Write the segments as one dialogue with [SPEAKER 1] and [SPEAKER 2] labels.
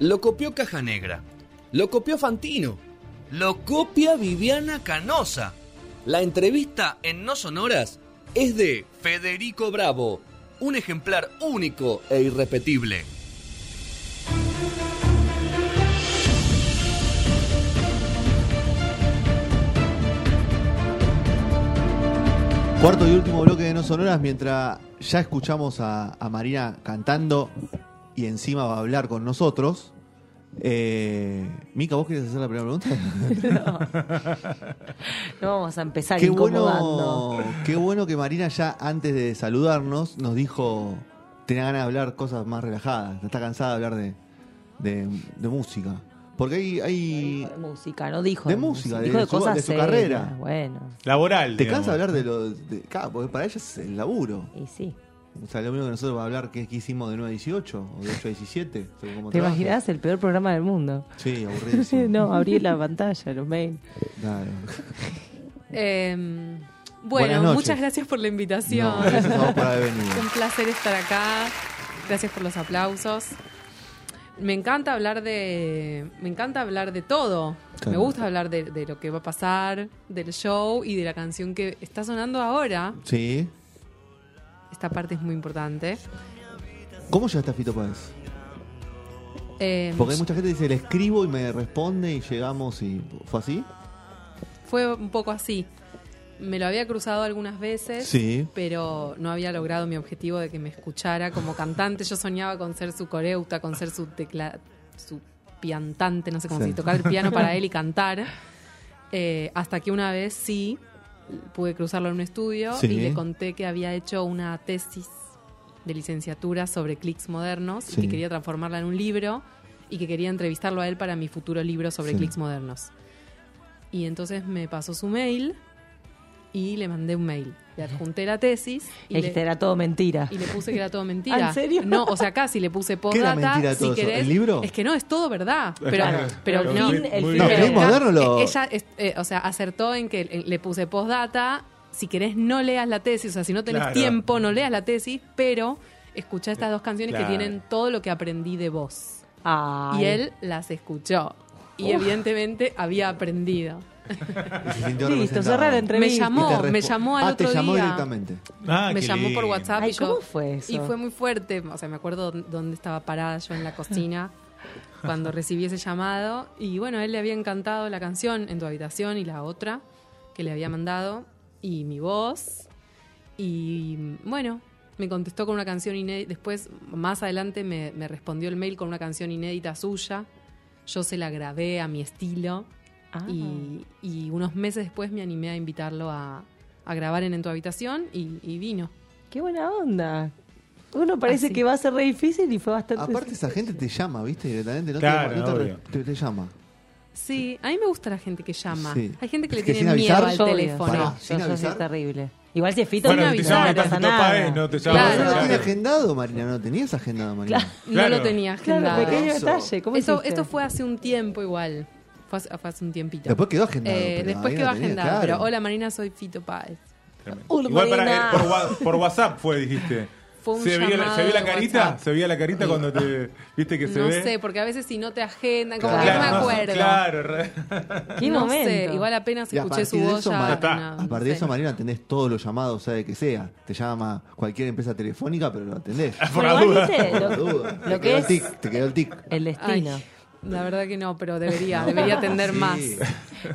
[SPEAKER 1] Lo copió Caja Negra. Lo copió Fantino. Lo copia Viviana Canosa. La entrevista en No Sonoras es de Federico Bravo, un ejemplar único e irrepetible.
[SPEAKER 2] Cuarto y último bloque de No Sonoras, mientras ya escuchamos a, a Marina cantando y encima va a hablar con nosotros. Eh, Mica, ¿vos querés hacer la primera pregunta?
[SPEAKER 3] No vamos a empezar
[SPEAKER 2] qué,
[SPEAKER 3] incomodando.
[SPEAKER 2] bueno, qué bueno que Marina ya antes de saludarnos nos dijo tenía ganas de hablar cosas más relajadas, está cansada de hablar de, de- de música. Porque hay... hay
[SPEAKER 3] De música, no dijo.
[SPEAKER 2] De música,
[SPEAKER 3] dijo
[SPEAKER 2] de
[SPEAKER 3] de
[SPEAKER 2] su-
[SPEAKER 3] cosas
[SPEAKER 2] de su
[SPEAKER 3] serias,
[SPEAKER 2] carrera.
[SPEAKER 3] Bueno,
[SPEAKER 4] Laboral.
[SPEAKER 2] ¿Te
[SPEAKER 4] digamos.
[SPEAKER 2] cansa de hablar de lo... de- claro, porque para ella es el laburo.
[SPEAKER 3] y sí.
[SPEAKER 2] O sea, lo único que nosotros va a hablar que es que hicimos de 9 a 18 o de 8 a 17. según cómo trabaje.
[SPEAKER 3] ¿Te imaginas el peor programa del mundo?
[SPEAKER 2] Sí, aburridísimo.
[SPEAKER 3] no, abrí la pantalla, los mails.
[SPEAKER 2] Claro.
[SPEAKER 5] Eh,
[SPEAKER 2] Buenas
[SPEAKER 5] bueno,
[SPEAKER 2] noches.
[SPEAKER 5] muchas gracias por la invitación.
[SPEAKER 2] No, gracias a vos por haber venido.
[SPEAKER 5] Un placer estar acá. Gracias por los aplausos. Me encanta hablar de. Me encanta hablar de todo.
[SPEAKER 2] Claro.
[SPEAKER 5] Me gusta hablar de, de lo que va a pasar, del show y de la canción que está sonando ahora.
[SPEAKER 2] Sí.
[SPEAKER 5] Esta parte es muy importante.
[SPEAKER 2] ¿Cómo llegaste a Fito Páez?
[SPEAKER 5] Eh,
[SPEAKER 2] Porque hay mucha gente que dice, le escribo y me responde y llegamos y... ¿Fue así?
[SPEAKER 5] fue un poco así. Me lo había cruzado algunas veces,
[SPEAKER 2] Sí.
[SPEAKER 5] pero no había logrado mi objetivo de que me escuchara como cantante. Yo soñaba con ser su coreuta, con ser su tecla, su piantante, no sé cómo
[SPEAKER 2] Sí.
[SPEAKER 5] se dice, tocar el piano para él y cantar. Eh, hasta que una vez sí pude cruzarlo en un estudio
[SPEAKER 2] Sí.
[SPEAKER 5] y le conté que había hecho una tesis de licenciatura sobre clics modernos
[SPEAKER 2] Sí.
[SPEAKER 5] y que quería transformarla en un libro y que quería entrevistarlo a él para mi futuro libro sobre
[SPEAKER 2] Sí.
[SPEAKER 5] clics modernos. Y entonces me pasó su mail y le mandé un mail. Le adjunté la tesis y,
[SPEAKER 3] Este
[SPEAKER 5] le,
[SPEAKER 3] era todo mentira.
[SPEAKER 5] y le puse que era todo mentira.
[SPEAKER 3] ¿Ah, en serio?
[SPEAKER 5] No, o sea, casi le puse
[SPEAKER 2] mentira
[SPEAKER 5] postdata.
[SPEAKER 2] todo
[SPEAKER 5] Si
[SPEAKER 2] eso?
[SPEAKER 5] querés,
[SPEAKER 2] ¿El libro?
[SPEAKER 5] Es que no, es todo verdad. Pero,
[SPEAKER 4] Claro.
[SPEAKER 5] pero
[SPEAKER 3] Ah, Pero
[SPEAKER 5] no. eh,
[SPEAKER 3] el fin- el
[SPEAKER 4] Muy
[SPEAKER 3] fin
[SPEAKER 2] No,
[SPEAKER 3] era
[SPEAKER 5] Pero
[SPEAKER 2] es
[SPEAKER 3] verdad.
[SPEAKER 5] acá,
[SPEAKER 2] moderno lo-
[SPEAKER 5] eh, Ella, es- eh, o sea, acertó en que eh, le puse postdata. Si querés, no leas la tesis. O sea, si no tenés
[SPEAKER 4] Claro.
[SPEAKER 5] tiempo, no leas la tesis, pero escuchá estas dos canciones
[SPEAKER 4] Claro.
[SPEAKER 5] que tienen todo lo que aprendí de vos.
[SPEAKER 3] Ay.
[SPEAKER 5] Y él las escuchó. Y evidentemente había aprendido.
[SPEAKER 2] Y se sintió
[SPEAKER 3] Listo,
[SPEAKER 2] representado.
[SPEAKER 3] cerra la
[SPEAKER 5] Me
[SPEAKER 3] entrevista.
[SPEAKER 2] Y te
[SPEAKER 5] llamó,
[SPEAKER 2] respo-
[SPEAKER 5] me llamó al
[SPEAKER 2] ah,
[SPEAKER 5] otro
[SPEAKER 2] te llamó
[SPEAKER 5] día.
[SPEAKER 2] directamente.
[SPEAKER 4] Ah,
[SPEAKER 5] me
[SPEAKER 4] qué
[SPEAKER 5] llamó por
[SPEAKER 4] lindo.
[SPEAKER 5] WhatsApp.
[SPEAKER 3] Ay,
[SPEAKER 5] y yo-
[SPEAKER 3] ¿cómo fue eso?
[SPEAKER 5] Y fue muy fuerte. O sea, me acuerdo dó- dónde estaba parada yo en la cocina cuando recibí ese llamado. Y bueno, a él le había encantado la canción en tu habitación y la otra que le había mandado. Y mi voz. Y bueno, me contestó con una canción inédita. Después, más adelante, me, me respondió el mail con una canción inédita suya. Yo se la grabé a mi estilo.
[SPEAKER 3] Ah.
[SPEAKER 5] Y, y unos meses después me animé a invitarlo a, a grabar en En tu habitación y, y vino.
[SPEAKER 3] Qué buena onda. Uno parece
[SPEAKER 5] Así.
[SPEAKER 3] que va a ser re difícil y fue bastante.
[SPEAKER 2] Aparte esa gente te llama, ¿viste? Directamente. No te-
[SPEAKER 4] Claro,
[SPEAKER 2] no te,
[SPEAKER 4] obvio.
[SPEAKER 2] te- te llama.
[SPEAKER 5] Sí, a mí me gusta la gente que llama.
[SPEAKER 2] Sí.
[SPEAKER 5] Hay gente que le
[SPEAKER 2] Es que
[SPEAKER 5] tiene
[SPEAKER 2] sin
[SPEAKER 5] miedo
[SPEAKER 2] avisar-
[SPEAKER 5] al
[SPEAKER 3] Yo,
[SPEAKER 5] teléfono.
[SPEAKER 2] Pará,
[SPEAKER 3] no,
[SPEAKER 2] sin
[SPEAKER 3] yo, yo soy
[SPEAKER 2] avisar.
[SPEAKER 3] terrible. Igual si es Fito,
[SPEAKER 4] Bueno,
[SPEAKER 3] no,
[SPEAKER 5] te
[SPEAKER 3] avisa,
[SPEAKER 5] llama,
[SPEAKER 3] no
[SPEAKER 5] estás
[SPEAKER 3] pasa
[SPEAKER 4] en tu
[SPEAKER 3] nada.
[SPEAKER 4] país, no te llama,
[SPEAKER 2] Claro. no
[SPEAKER 5] Claro.
[SPEAKER 2] lo tenía
[SPEAKER 4] Claro.
[SPEAKER 2] agendado, Marina. No tenías agendado, Marina.
[SPEAKER 5] No
[SPEAKER 4] Claro.
[SPEAKER 5] lo tenía
[SPEAKER 3] Claro,
[SPEAKER 5] agendado.
[SPEAKER 3] pequeño
[SPEAKER 2] Eso.
[SPEAKER 3] detalle. ¿Cómo
[SPEAKER 5] Eso,
[SPEAKER 3] hiciste?
[SPEAKER 5] esto fue hace un tiempo igual. Fue hace, fue hace un tiempito.
[SPEAKER 2] Después quedó agendado.
[SPEAKER 5] Eh,
[SPEAKER 2] pero
[SPEAKER 5] después
[SPEAKER 2] ahí
[SPEAKER 5] quedó
[SPEAKER 2] no tenía,
[SPEAKER 5] agendado.
[SPEAKER 2] claro.
[SPEAKER 5] Pero hola Marina, soy Fito Páez.
[SPEAKER 4] Tremendo.
[SPEAKER 3] Hola,
[SPEAKER 4] Igual para-
[SPEAKER 3] Marina.
[SPEAKER 4] eh, por, wa- por WhatsApp fue, dijiste.
[SPEAKER 5] Fue un
[SPEAKER 4] ¿Se veía, la,
[SPEAKER 5] llamado
[SPEAKER 4] ¿Se veía la
[SPEAKER 5] de
[SPEAKER 4] carita?
[SPEAKER 5] WhatsApp.
[SPEAKER 4] ¿Se veía la carita cuando te. ¿Viste que se
[SPEAKER 5] no
[SPEAKER 4] ve?
[SPEAKER 5] sé, porque a veces si no te agendan, como
[SPEAKER 2] Claro.
[SPEAKER 5] que no me
[SPEAKER 4] no,
[SPEAKER 5] acuerdo.
[SPEAKER 4] Claro, re-
[SPEAKER 3] ¿Qué
[SPEAKER 5] no
[SPEAKER 3] momento?
[SPEAKER 5] sé, igual apenas
[SPEAKER 2] Y a
[SPEAKER 5] escuché su
[SPEAKER 2] partir de
[SPEAKER 5] voz
[SPEAKER 2] eso,
[SPEAKER 5] ya.
[SPEAKER 2] Mar-
[SPEAKER 4] Ya está.
[SPEAKER 5] no,
[SPEAKER 2] A
[SPEAKER 5] no
[SPEAKER 2] partir de
[SPEAKER 5] sé.
[SPEAKER 2] eso, Marina, tenés todos los llamados, sea de que sea. Te llama cualquier empresa telefónica, pero lo atendés.
[SPEAKER 3] Pero
[SPEAKER 4] por la
[SPEAKER 3] igual,
[SPEAKER 4] duda.
[SPEAKER 3] viste,
[SPEAKER 2] Por la
[SPEAKER 3] lo-
[SPEAKER 2] duda.
[SPEAKER 3] lo
[SPEAKER 2] Te
[SPEAKER 3] que
[SPEAKER 2] quedó el
[SPEAKER 3] es-
[SPEAKER 2] tic, te quedó el tic.
[SPEAKER 3] El
[SPEAKER 5] Ay,
[SPEAKER 3] destino.
[SPEAKER 5] la verdad que no, pero debería, debería atender
[SPEAKER 2] Sí.
[SPEAKER 5] más.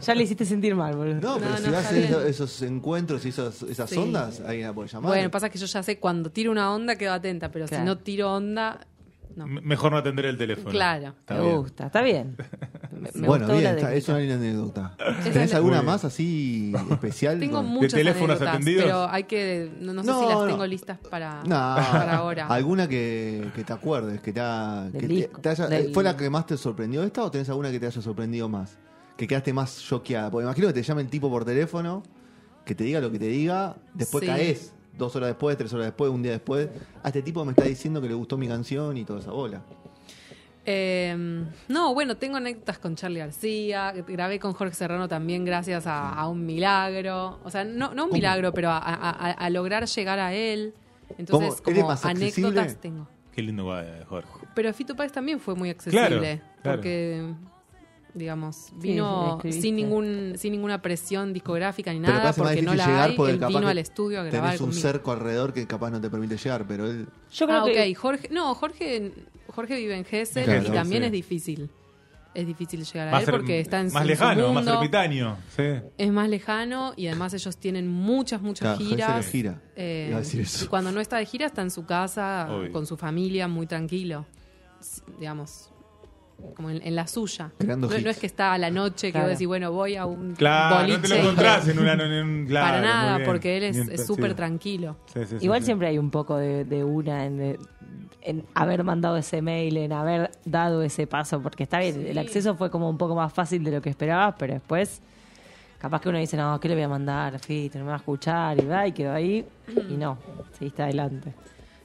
[SPEAKER 3] Ya le hiciste sentir mal, boludo.
[SPEAKER 2] No, pero
[SPEAKER 5] No,
[SPEAKER 2] si
[SPEAKER 5] no,
[SPEAKER 2] vas a
[SPEAKER 5] está
[SPEAKER 2] hacer
[SPEAKER 5] bien.
[SPEAKER 2] eso- esos encuentros y esas, esas
[SPEAKER 5] Sí.
[SPEAKER 2] ondas, alguien la puede llamar.
[SPEAKER 5] Bueno, pasa que yo ya sé cuando tiro una onda quedo atenta, pero
[SPEAKER 3] Claro.
[SPEAKER 5] si no tiro onda, no.
[SPEAKER 4] Me- Mejor no atender el teléfono.
[SPEAKER 5] Claro.
[SPEAKER 4] Está
[SPEAKER 3] me
[SPEAKER 4] bien.
[SPEAKER 3] gusta, está bien. Me, me
[SPEAKER 2] bueno,
[SPEAKER 3] gustó
[SPEAKER 2] bien,
[SPEAKER 3] la
[SPEAKER 2] está-
[SPEAKER 3] de-
[SPEAKER 2] es una linda anécdota.
[SPEAKER 5] es
[SPEAKER 2] ¿Tenés
[SPEAKER 5] la-
[SPEAKER 2] alguna
[SPEAKER 4] Muy bien.
[SPEAKER 2] más así especial?
[SPEAKER 5] Tengo
[SPEAKER 2] Con-
[SPEAKER 5] muchas
[SPEAKER 4] teléfonos
[SPEAKER 5] anécdotas,
[SPEAKER 4] atendidos?
[SPEAKER 5] pero hay que no, no sé
[SPEAKER 2] No,
[SPEAKER 5] si las
[SPEAKER 2] no.
[SPEAKER 5] tengo listas para,
[SPEAKER 2] No,
[SPEAKER 5] para ahora.
[SPEAKER 2] alguna que, que te acuerdes, que, te, ha-
[SPEAKER 3] Del
[SPEAKER 2] que te-
[SPEAKER 3] disco,
[SPEAKER 2] te haya-
[SPEAKER 3] del-
[SPEAKER 2] ¿Fue la que más te sorprendió esta o tenés alguna que te haya sorprendido más? Que quedaste más choqueada. Porque imagino que te llame el tipo por teléfono, que te diga lo que te diga, después
[SPEAKER 5] Sí.
[SPEAKER 2] caes dos horas después, tres horas después, un día después. A este tipo me está diciendo que le gustó mi canción y toda esa bola.
[SPEAKER 5] Eh, no, bueno, tengo anécdotas con Charlie García, grabé con Jorge Serrano también gracias a, a un milagro. O sea, no, no un milagro, pero a, a- a- a lograr llegar a él. Entonces,
[SPEAKER 2] ¿Cómo? ¿Eres
[SPEAKER 5] como
[SPEAKER 2] más accesible?
[SPEAKER 5] anécdotas tengo.
[SPEAKER 4] Qué lindo eh, Jorge.
[SPEAKER 5] Pero Fito Páez también fue muy accesible.
[SPEAKER 4] Claro, claro.
[SPEAKER 5] Porque, digamos, vino
[SPEAKER 3] sí, escribiste.
[SPEAKER 5] sin ningún sin ninguna presión discográfica ni
[SPEAKER 2] Pero te
[SPEAKER 5] nada,
[SPEAKER 2] hace más
[SPEAKER 5] porque no
[SPEAKER 2] difícil
[SPEAKER 5] la
[SPEAKER 2] llegar
[SPEAKER 5] hay.
[SPEAKER 2] porque
[SPEAKER 5] Él
[SPEAKER 2] capaz
[SPEAKER 5] vino
[SPEAKER 2] que
[SPEAKER 5] al estudio a grabar
[SPEAKER 2] Tenés un
[SPEAKER 5] conmigo.
[SPEAKER 2] cerco alrededor que capaz no te permite llegar, pero él.
[SPEAKER 3] Yo creo
[SPEAKER 5] Ah,
[SPEAKER 3] que.
[SPEAKER 5] ok. Jorge, no, Jorge, Jorge vive en Gessel
[SPEAKER 2] Claro,
[SPEAKER 5] y también
[SPEAKER 4] sí.
[SPEAKER 5] es difícil. Es difícil llegar
[SPEAKER 4] Va
[SPEAKER 5] a
[SPEAKER 4] a
[SPEAKER 5] él
[SPEAKER 4] ser
[SPEAKER 5] porque está en su-
[SPEAKER 4] más
[SPEAKER 5] en su
[SPEAKER 4] lejano, más
[SPEAKER 5] mundo,
[SPEAKER 4] ermitaño. Sí.
[SPEAKER 5] Es más lejano y además ellos tienen muchas,
[SPEAKER 2] Claro,
[SPEAKER 5] muchas
[SPEAKER 2] Gessel
[SPEAKER 5] giras.
[SPEAKER 2] es gira.
[SPEAKER 5] Eh,
[SPEAKER 2] Iba a decir eso.
[SPEAKER 5] Y cuando no está de gira está en su casa
[SPEAKER 4] Obvio.
[SPEAKER 5] con su familia muy tranquilo. S- Digamos, como en, en la suya.
[SPEAKER 2] Creando
[SPEAKER 5] no, no
[SPEAKER 2] hits.
[SPEAKER 5] es que está a la noche que
[SPEAKER 3] Claro.
[SPEAKER 5] vos decís, bueno, voy a un
[SPEAKER 4] Claro,
[SPEAKER 5] boliche.
[SPEAKER 4] no te lo
[SPEAKER 5] y-
[SPEAKER 4] encontrás en, una, en un. Claro,
[SPEAKER 5] para
[SPEAKER 4] muy
[SPEAKER 5] nada,
[SPEAKER 4] bien.
[SPEAKER 5] porque él es-
[SPEAKER 4] Bien,
[SPEAKER 5] es súper
[SPEAKER 4] sí.
[SPEAKER 5] tranquilo.
[SPEAKER 4] Sí, sí, sí,
[SPEAKER 3] Igual
[SPEAKER 4] sí.
[SPEAKER 3] siempre hay un poco de, de una en, de- en haber mandado ese mail, en haber dado ese paso, porque está bien,
[SPEAKER 5] Sí.
[SPEAKER 3] el acceso fue como un poco más fácil de lo que esperabas, pero después capaz que uno dice, no, ¿qué le voy a mandar? Fito, no me va a escuchar, y va, y quedó ahí, y no, seguiste adelante.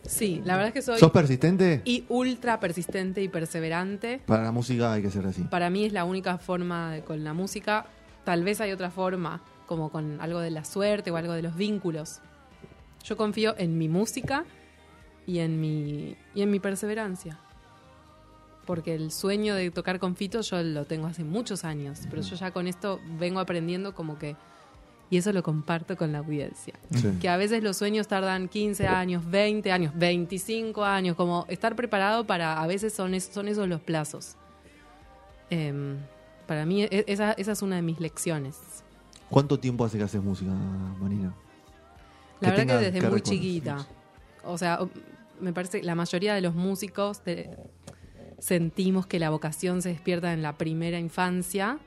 [SPEAKER 5] Sí, la verdad es que soy
[SPEAKER 2] ¿Sos persistente?
[SPEAKER 5] y ultra persistente y perseverante.
[SPEAKER 2] Para la música hay que ser así.
[SPEAKER 5] Para mí es la única forma de- con la música. Tal vez hay otra forma, como con algo de la suerte o algo de los vínculos. Yo confío en mi música y en mi, y en mi perseverancia. Porque el sueño de tocar con Fito yo lo tengo hace muchos años, pero yo ya con esto vengo aprendiendo como que... Y eso lo comparto con la audiencia.
[SPEAKER 2] Sí.
[SPEAKER 5] Que a veces los sueños tardan 15 años, 20 años, 25 años, como estar preparado para, a veces son, es- son esos los plazos. Em, para mí e- esa, esa es una de mis lecciones.
[SPEAKER 2] ¿Cuánto tiempo hace que haces música, Marina?
[SPEAKER 5] La
[SPEAKER 2] Que
[SPEAKER 5] verdad
[SPEAKER 2] tenga-
[SPEAKER 5] que desde
[SPEAKER 2] que
[SPEAKER 5] muy
[SPEAKER 2] recuerdes.
[SPEAKER 5] chiquita. O sea, o- me parece que la mayoría de los músicos de- sentimos que la vocación se despierta en la primera infancia.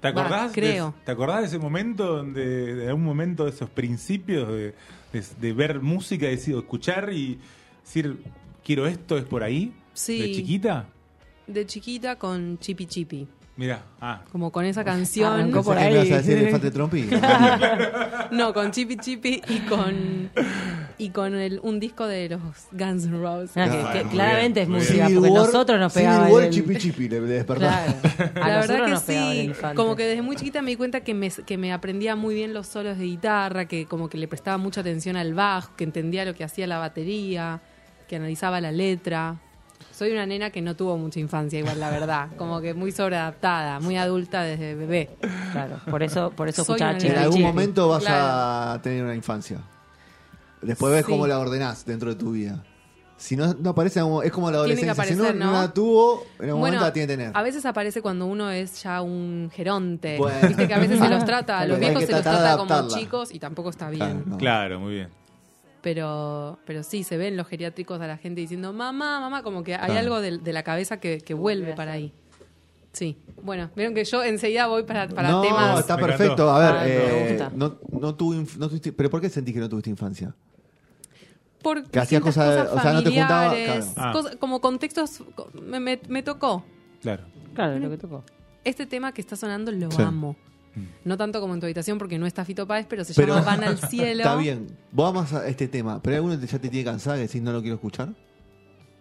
[SPEAKER 4] ¿Te acordás?
[SPEAKER 5] Va,
[SPEAKER 4] de-
[SPEAKER 5] creo.
[SPEAKER 4] ¿Te acordás de ese momento, donde, de algún momento de esos principios de, de- de ver música, de decir, escuchar y decir, quiero esto, es por ahí?
[SPEAKER 5] Sí.
[SPEAKER 4] ¿De chiquita?
[SPEAKER 5] De chiquita con Chipi Chipi.
[SPEAKER 4] Mirá, ah,
[SPEAKER 5] Como con esa canción.
[SPEAKER 3] Arrancó
[SPEAKER 2] Pensé
[SPEAKER 3] por
[SPEAKER 2] que me
[SPEAKER 3] ahí.
[SPEAKER 2] ibas a decir Elefante Trompi.
[SPEAKER 5] No, con Chipi Chipi y con y con el- un disco de los Guns N' Roses.
[SPEAKER 3] Nada,
[SPEAKER 2] Claro,
[SPEAKER 3] Ah, que- que
[SPEAKER 4] muy
[SPEAKER 3] claramente
[SPEAKER 4] bien,
[SPEAKER 3] es
[SPEAKER 4] muy
[SPEAKER 3] música,
[SPEAKER 2] Civil
[SPEAKER 3] porque
[SPEAKER 2] War-
[SPEAKER 3] nosotros nos
[SPEAKER 2] Civil
[SPEAKER 3] pegaba
[SPEAKER 2] War,
[SPEAKER 3] en el-
[SPEAKER 2] chipi chipi, le le despertaba.
[SPEAKER 3] Claro, a
[SPEAKER 5] La
[SPEAKER 3] nosotros
[SPEAKER 5] verdad
[SPEAKER 3] nos pegaba el
[SPEAKER 5] que sí,
[SPEAKER 3] elefante.
[SPEAKER 5] como que desde muy chiquita me di cuenta que me, que me aprendía muy bien los solos de guitarra, que como que le prestaba mucha atención al bajo, que entendía lo que hacía la batería, que analizaba la letra. Soy una nena que no tuvo mucha infancia, igual la verdad, como que muy sobreadaptada, muy adulta desde bebé.
[SPEAKER 3] Claro, por eso, por eso
[SPEAKER 5] Soy
[SPEAKER 3] escuchaba
[SPEAKER 5] una
[SPEAKER 2] en
[SPEAKER 3] Chipi
[SPEAKER 5] nena.
[SPEAKER 2] algún
[SPEAKER 3] Chipi.
[SPEAKER 2] momento vas a tener una infancia. Después ves
[SPEAKER 5] Sí.
[SPEAKER 2] cómo la ordenás dentro de tu vida. Si no, no aparece, como- es como la
[SPEAKER 5] Tiene que
[SPEAKER 2] adolescencia. si no,
[SPEAKER 5] aparecer, ¿no?
[SPEAKER 2] la tuvo, en algún
[SPEAKER 5] Bueno,
[SPEAKER 2] momento la tiene que tener.
[SPEAKER 5] a veces aparece cuando uno es ya un geronte.
[SPEAKER 2] Bueno.
[SPEAKER 5] Viste que a veces se los trata, a los
[SPEAKER 2] Hay que
[SPEAKER 5] viejos se los
[SPEAKER 2] tratar de
[SPEAKER 5] trata como
[SPEAKER 2] adaptarla.
[SPEAKER 5] chicos y tampoco está bien.
[SPEAKER 2] Claro, no.
[SPEAKER 4] claro, muy bien.
[SPEAKER 5] Pero, pero sí, se ven los geriátricos a la gente diciendo, mamá, mamá, como que hay
[SPEAKER 2] Claro.
[SPEAKER 5] algo del- de, la cabeza que, que vuelve para ahí. Sí, bueno, vieron que yo enseguida voy para, para
[SPEAKER 2] no,
[SPEAKER 5] temas...
[SPEAKER 2] está
[SPEAKER 4] Me
[SPEAKER 2] perfecto.
[SPEAKER 4] encantó.
[SPEAKER 2] A ver,
[SPEAKER 3] Ah, me
[SPEAKER 2] eh,
[SPEAKER 3] gusta.
[SPEAKER 2] no, no tuvo inf- no tuviste- ¿pero por qué sentís que no tuviste infancia?
[SPEAKER 5] por
[SPEAKER 2] que hacías
[SPEAKER 5] distintas
[SPEAKER 2] cosas- o sea, no te juntaba-
[SPEAKER 5] familiares,
[SPEAKER 2] claro.
[SPEAKER 4] Ah.
[SPEAKER 5] cosas- como contextos, co- me, me- me tocó.
[SPEAKER 4] Claro.
[SPEAKER 3] Claro, lo que tocó.
[SPEAKER 5] Este tema que está sonando lo
[SPEAKER 2] Sí.
[SPEAKER 5] amo. No tanto como en tu habitación porque no está Fito Páez, pero se
[SPEAKER 2] Pero-
[SPEAKER 5] llama Van al Cielo.
[SPEAKER 2] Está bien, vamos a este tema, pero alguno te- ya te tiene cansado y decís no lo quiero escuchar.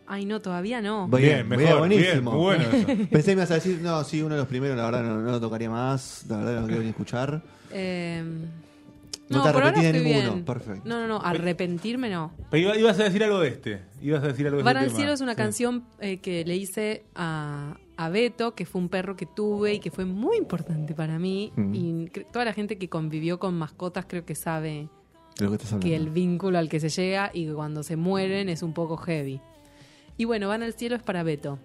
[SPEAKER 5] Ay, no, todavía no.
[SPEAKER 2] Bien,
[SPEAKER 4] Bien,
[SPEAKER 2] bien,
[SPEAKER 4] mejor. Bien,
[SPEAKER 2] buenísimo.
[SPEAKER 4] muy bueno eso.
[SPEAKER 2] Pensé que me ibas a decir, no, sí, uno de los primeros, la verdad no, no lo tocaría más, la verdad no lo quiero ni escuchar.
[SPEAKER 5] Eh,
[SPEAKER 2] No
[SPEAKER 5] no,
[SPEAKER 2] te
[SPEAKER 5] por ahora
[SPEAKER 2] arrepentís de
[SPEAKER 5] estoy
[SPEAKER 2] ninguno,
[SPEAKER 5] bien.
[SPEAKER 2] perfecto.
[SPEAKER 5] No, no, no, arrepentirme no.
[SPEAKER 4] Pero iba- ibas a decir algo de este. Ibas a decir algo de
[SPEAKER 5] Van
[SPEAKER 4] este
[SPEAKER 5] al
[SPEAKER 4] tema.
[SPEAKER 5] cielo es una
[SPEAKER 4] Sí.
[SPEAKER 5] canción eh, que le hice a, a Beto, que fue un perro que tuve y que fue muy importante para mí.
[SPEAKER 2] Mm.
[SPEAKER 5] Y cre- toda la gente que convivió con mascotas creo que sabe
[SPEAKER 2] De lo que estás hablando.
[SPEAKER 5] que el vínculo al que se llega y que cuando se mueren es un poco heavy. Y bueno, Van al cielo es para Beto.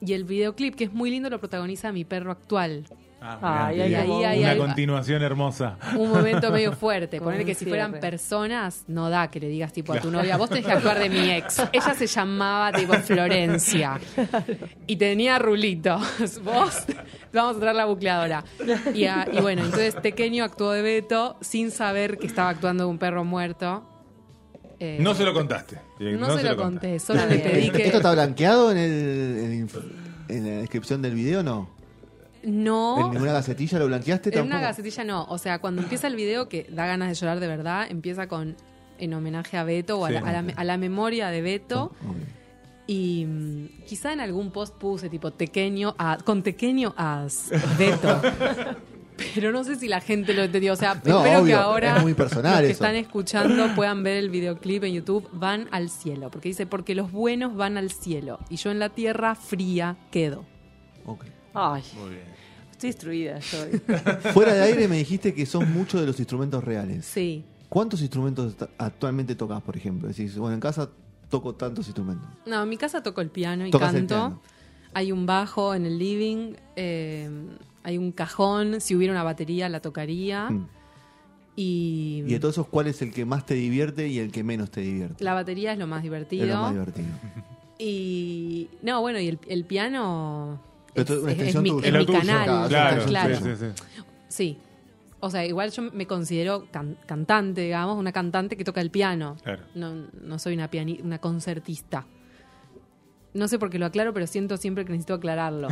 [SPEAKER 5] Y el videoclip, que es muy lindo, lo protagoniza mi perro actual.
[SPEAKER 4] Ah, mirá,
[SPEAKER 3] Ay,
[SPEAKER 4] qué
[SPEAKER 5] ay,
[SPEAKER 4] bien.
[SPEAKER 5] ay, ay,
[SPEAKER 4] una
[SPEAKER 5] ay.
[SPEAKER 4] continuación hermosa.
[SPEAKER 5] un momento medio fuerte.
[SPEAKER 3] Como
[SPEAKER 5] Poner
[SPEAKER 3] un
[SPEAKER 5] que si fueran
[SPEAKER 3] cierre.
[SPEAKER 5] personas, no da que le digas tipo a tu novia, vos tenés que actuar de mi ex. Ella se llamaba tipo Florencia y tenía rulitos. Vos vamos a traer la bucleadora. Y, a- y bueno, entonces Tequeño actuó de Beto sin saber que estaba actuando de un perro muerto. Eh,
[SPEAKER 4] No se lo contaste.
[SPEAKER 5] no
[SPEAKER 4] No
[SPEAKER 5] se lo
[SPEAKER 4] contaste.
[SPEAKER 5] conté, solo le pedí
[SPEAKER 2] ¿Esto, Este, esto
[SPEAKER 5] que.
[SPEAKER 2] está blanqueado en, el, en, inf- en la descripción del video no? ¿En
[SPEAKER 5] No.
[SPEAKER 2] ninguna gacetilla lo blanqueaste
[SPEAKER 5] En
[SPEAKER 2] tampoco?
[SPEAKER 5] una gacetilla no. O sea, cuando empieza el video, que da ganas de llorar de verdad, empieza con en homenaje a Beto o a,
[SPEAKER 4] Sí.
[SPEAKER 5] la, a la- a la memoria de Beto.
[SPEAKER 2] Ok.
[SPEAKER 5] Y mm, quizá en algún post puse tipo tequeño a, con tequeño as Beto. Pero no sé si la gente lo entendió. O sea,
[SPEAKER 2] No,
[SPEAKER 5] espero que
[SPEAKER 2] obvio,
[SPEAKER 5] ahora
[SPEAKER 2] es muy personal
[SPEAKER 5] los que
[SPEAKER 2] eso.
[SPEAKER 5] están escuchando puedan ver el videoclip en YouTube. Van al cielo. Porque dice, porque los buenos van al cielo. Y yo en la tierra fría quedo.
[SPEAKER 2] Ok.
[SPEAKER 3] Ay,
[SPEAKER 4] Muy bien.
[SPEAKER 3] estoy destruida yo hoy.
[SPEAKER 2] Fuera de aire me dijiste que son muchos de los instrumentos reales.
[SPEAKER 5] Sí.
[SPEAKER 2] ¿Cuántos instrumentos ta- actualmente tocas, por ejemplo? Decís, bueno, en casa toco tantos instrumentos.
[SPEAKER 5] No, en mi casa toco el piano y
[SPEAKER 2] Tocas el
[SPEAKER 5] canto.
[SPEAKER 2] piano.
[SPEAKER 5] Hay un bajo en el living. eh, hay un cajón. Si hubiera una batería, la tocaría.
[SPEAKER 2] Mm.
[SPEAKER 5] Y,
[SPEAKER 2] Y de todos esos, ¿cuál es el que más te divierte y el que menos te divierte?
[SPEAKER 5] la batería es lo más divertido.
[SPEAKER 2] es lo más divertido.
[SPEAKER 5] Y. No, bueno, y el, el piano.
[SPEAKER 2] Pero esto es una extensión
[SPEAKER 5] mi,
[SPEAKER 2] tuya.
[SPEAKER 5] es
[SPEAKER 2] lo
[SPEAKER 5] mi
[SPEAKER 2] tuyo,
[SPEAKER 5] canal.
[SPEAKER 2] claro,
[SPEAKER 5] Claro,
[SPEAKER 2] sí,
[SPEAKER 4] sí, sí.
[SPEAKER 5] Sí. O sea, igual yo me considero can- cantante, digamos, una cantante que toca el piano.
[SPEAKER 4] Claro.
[SPEAKER 5] No, no soy una, piani- una concertista. No sé por qué lo aclaro, pero siento siempre que necesito aclararlo.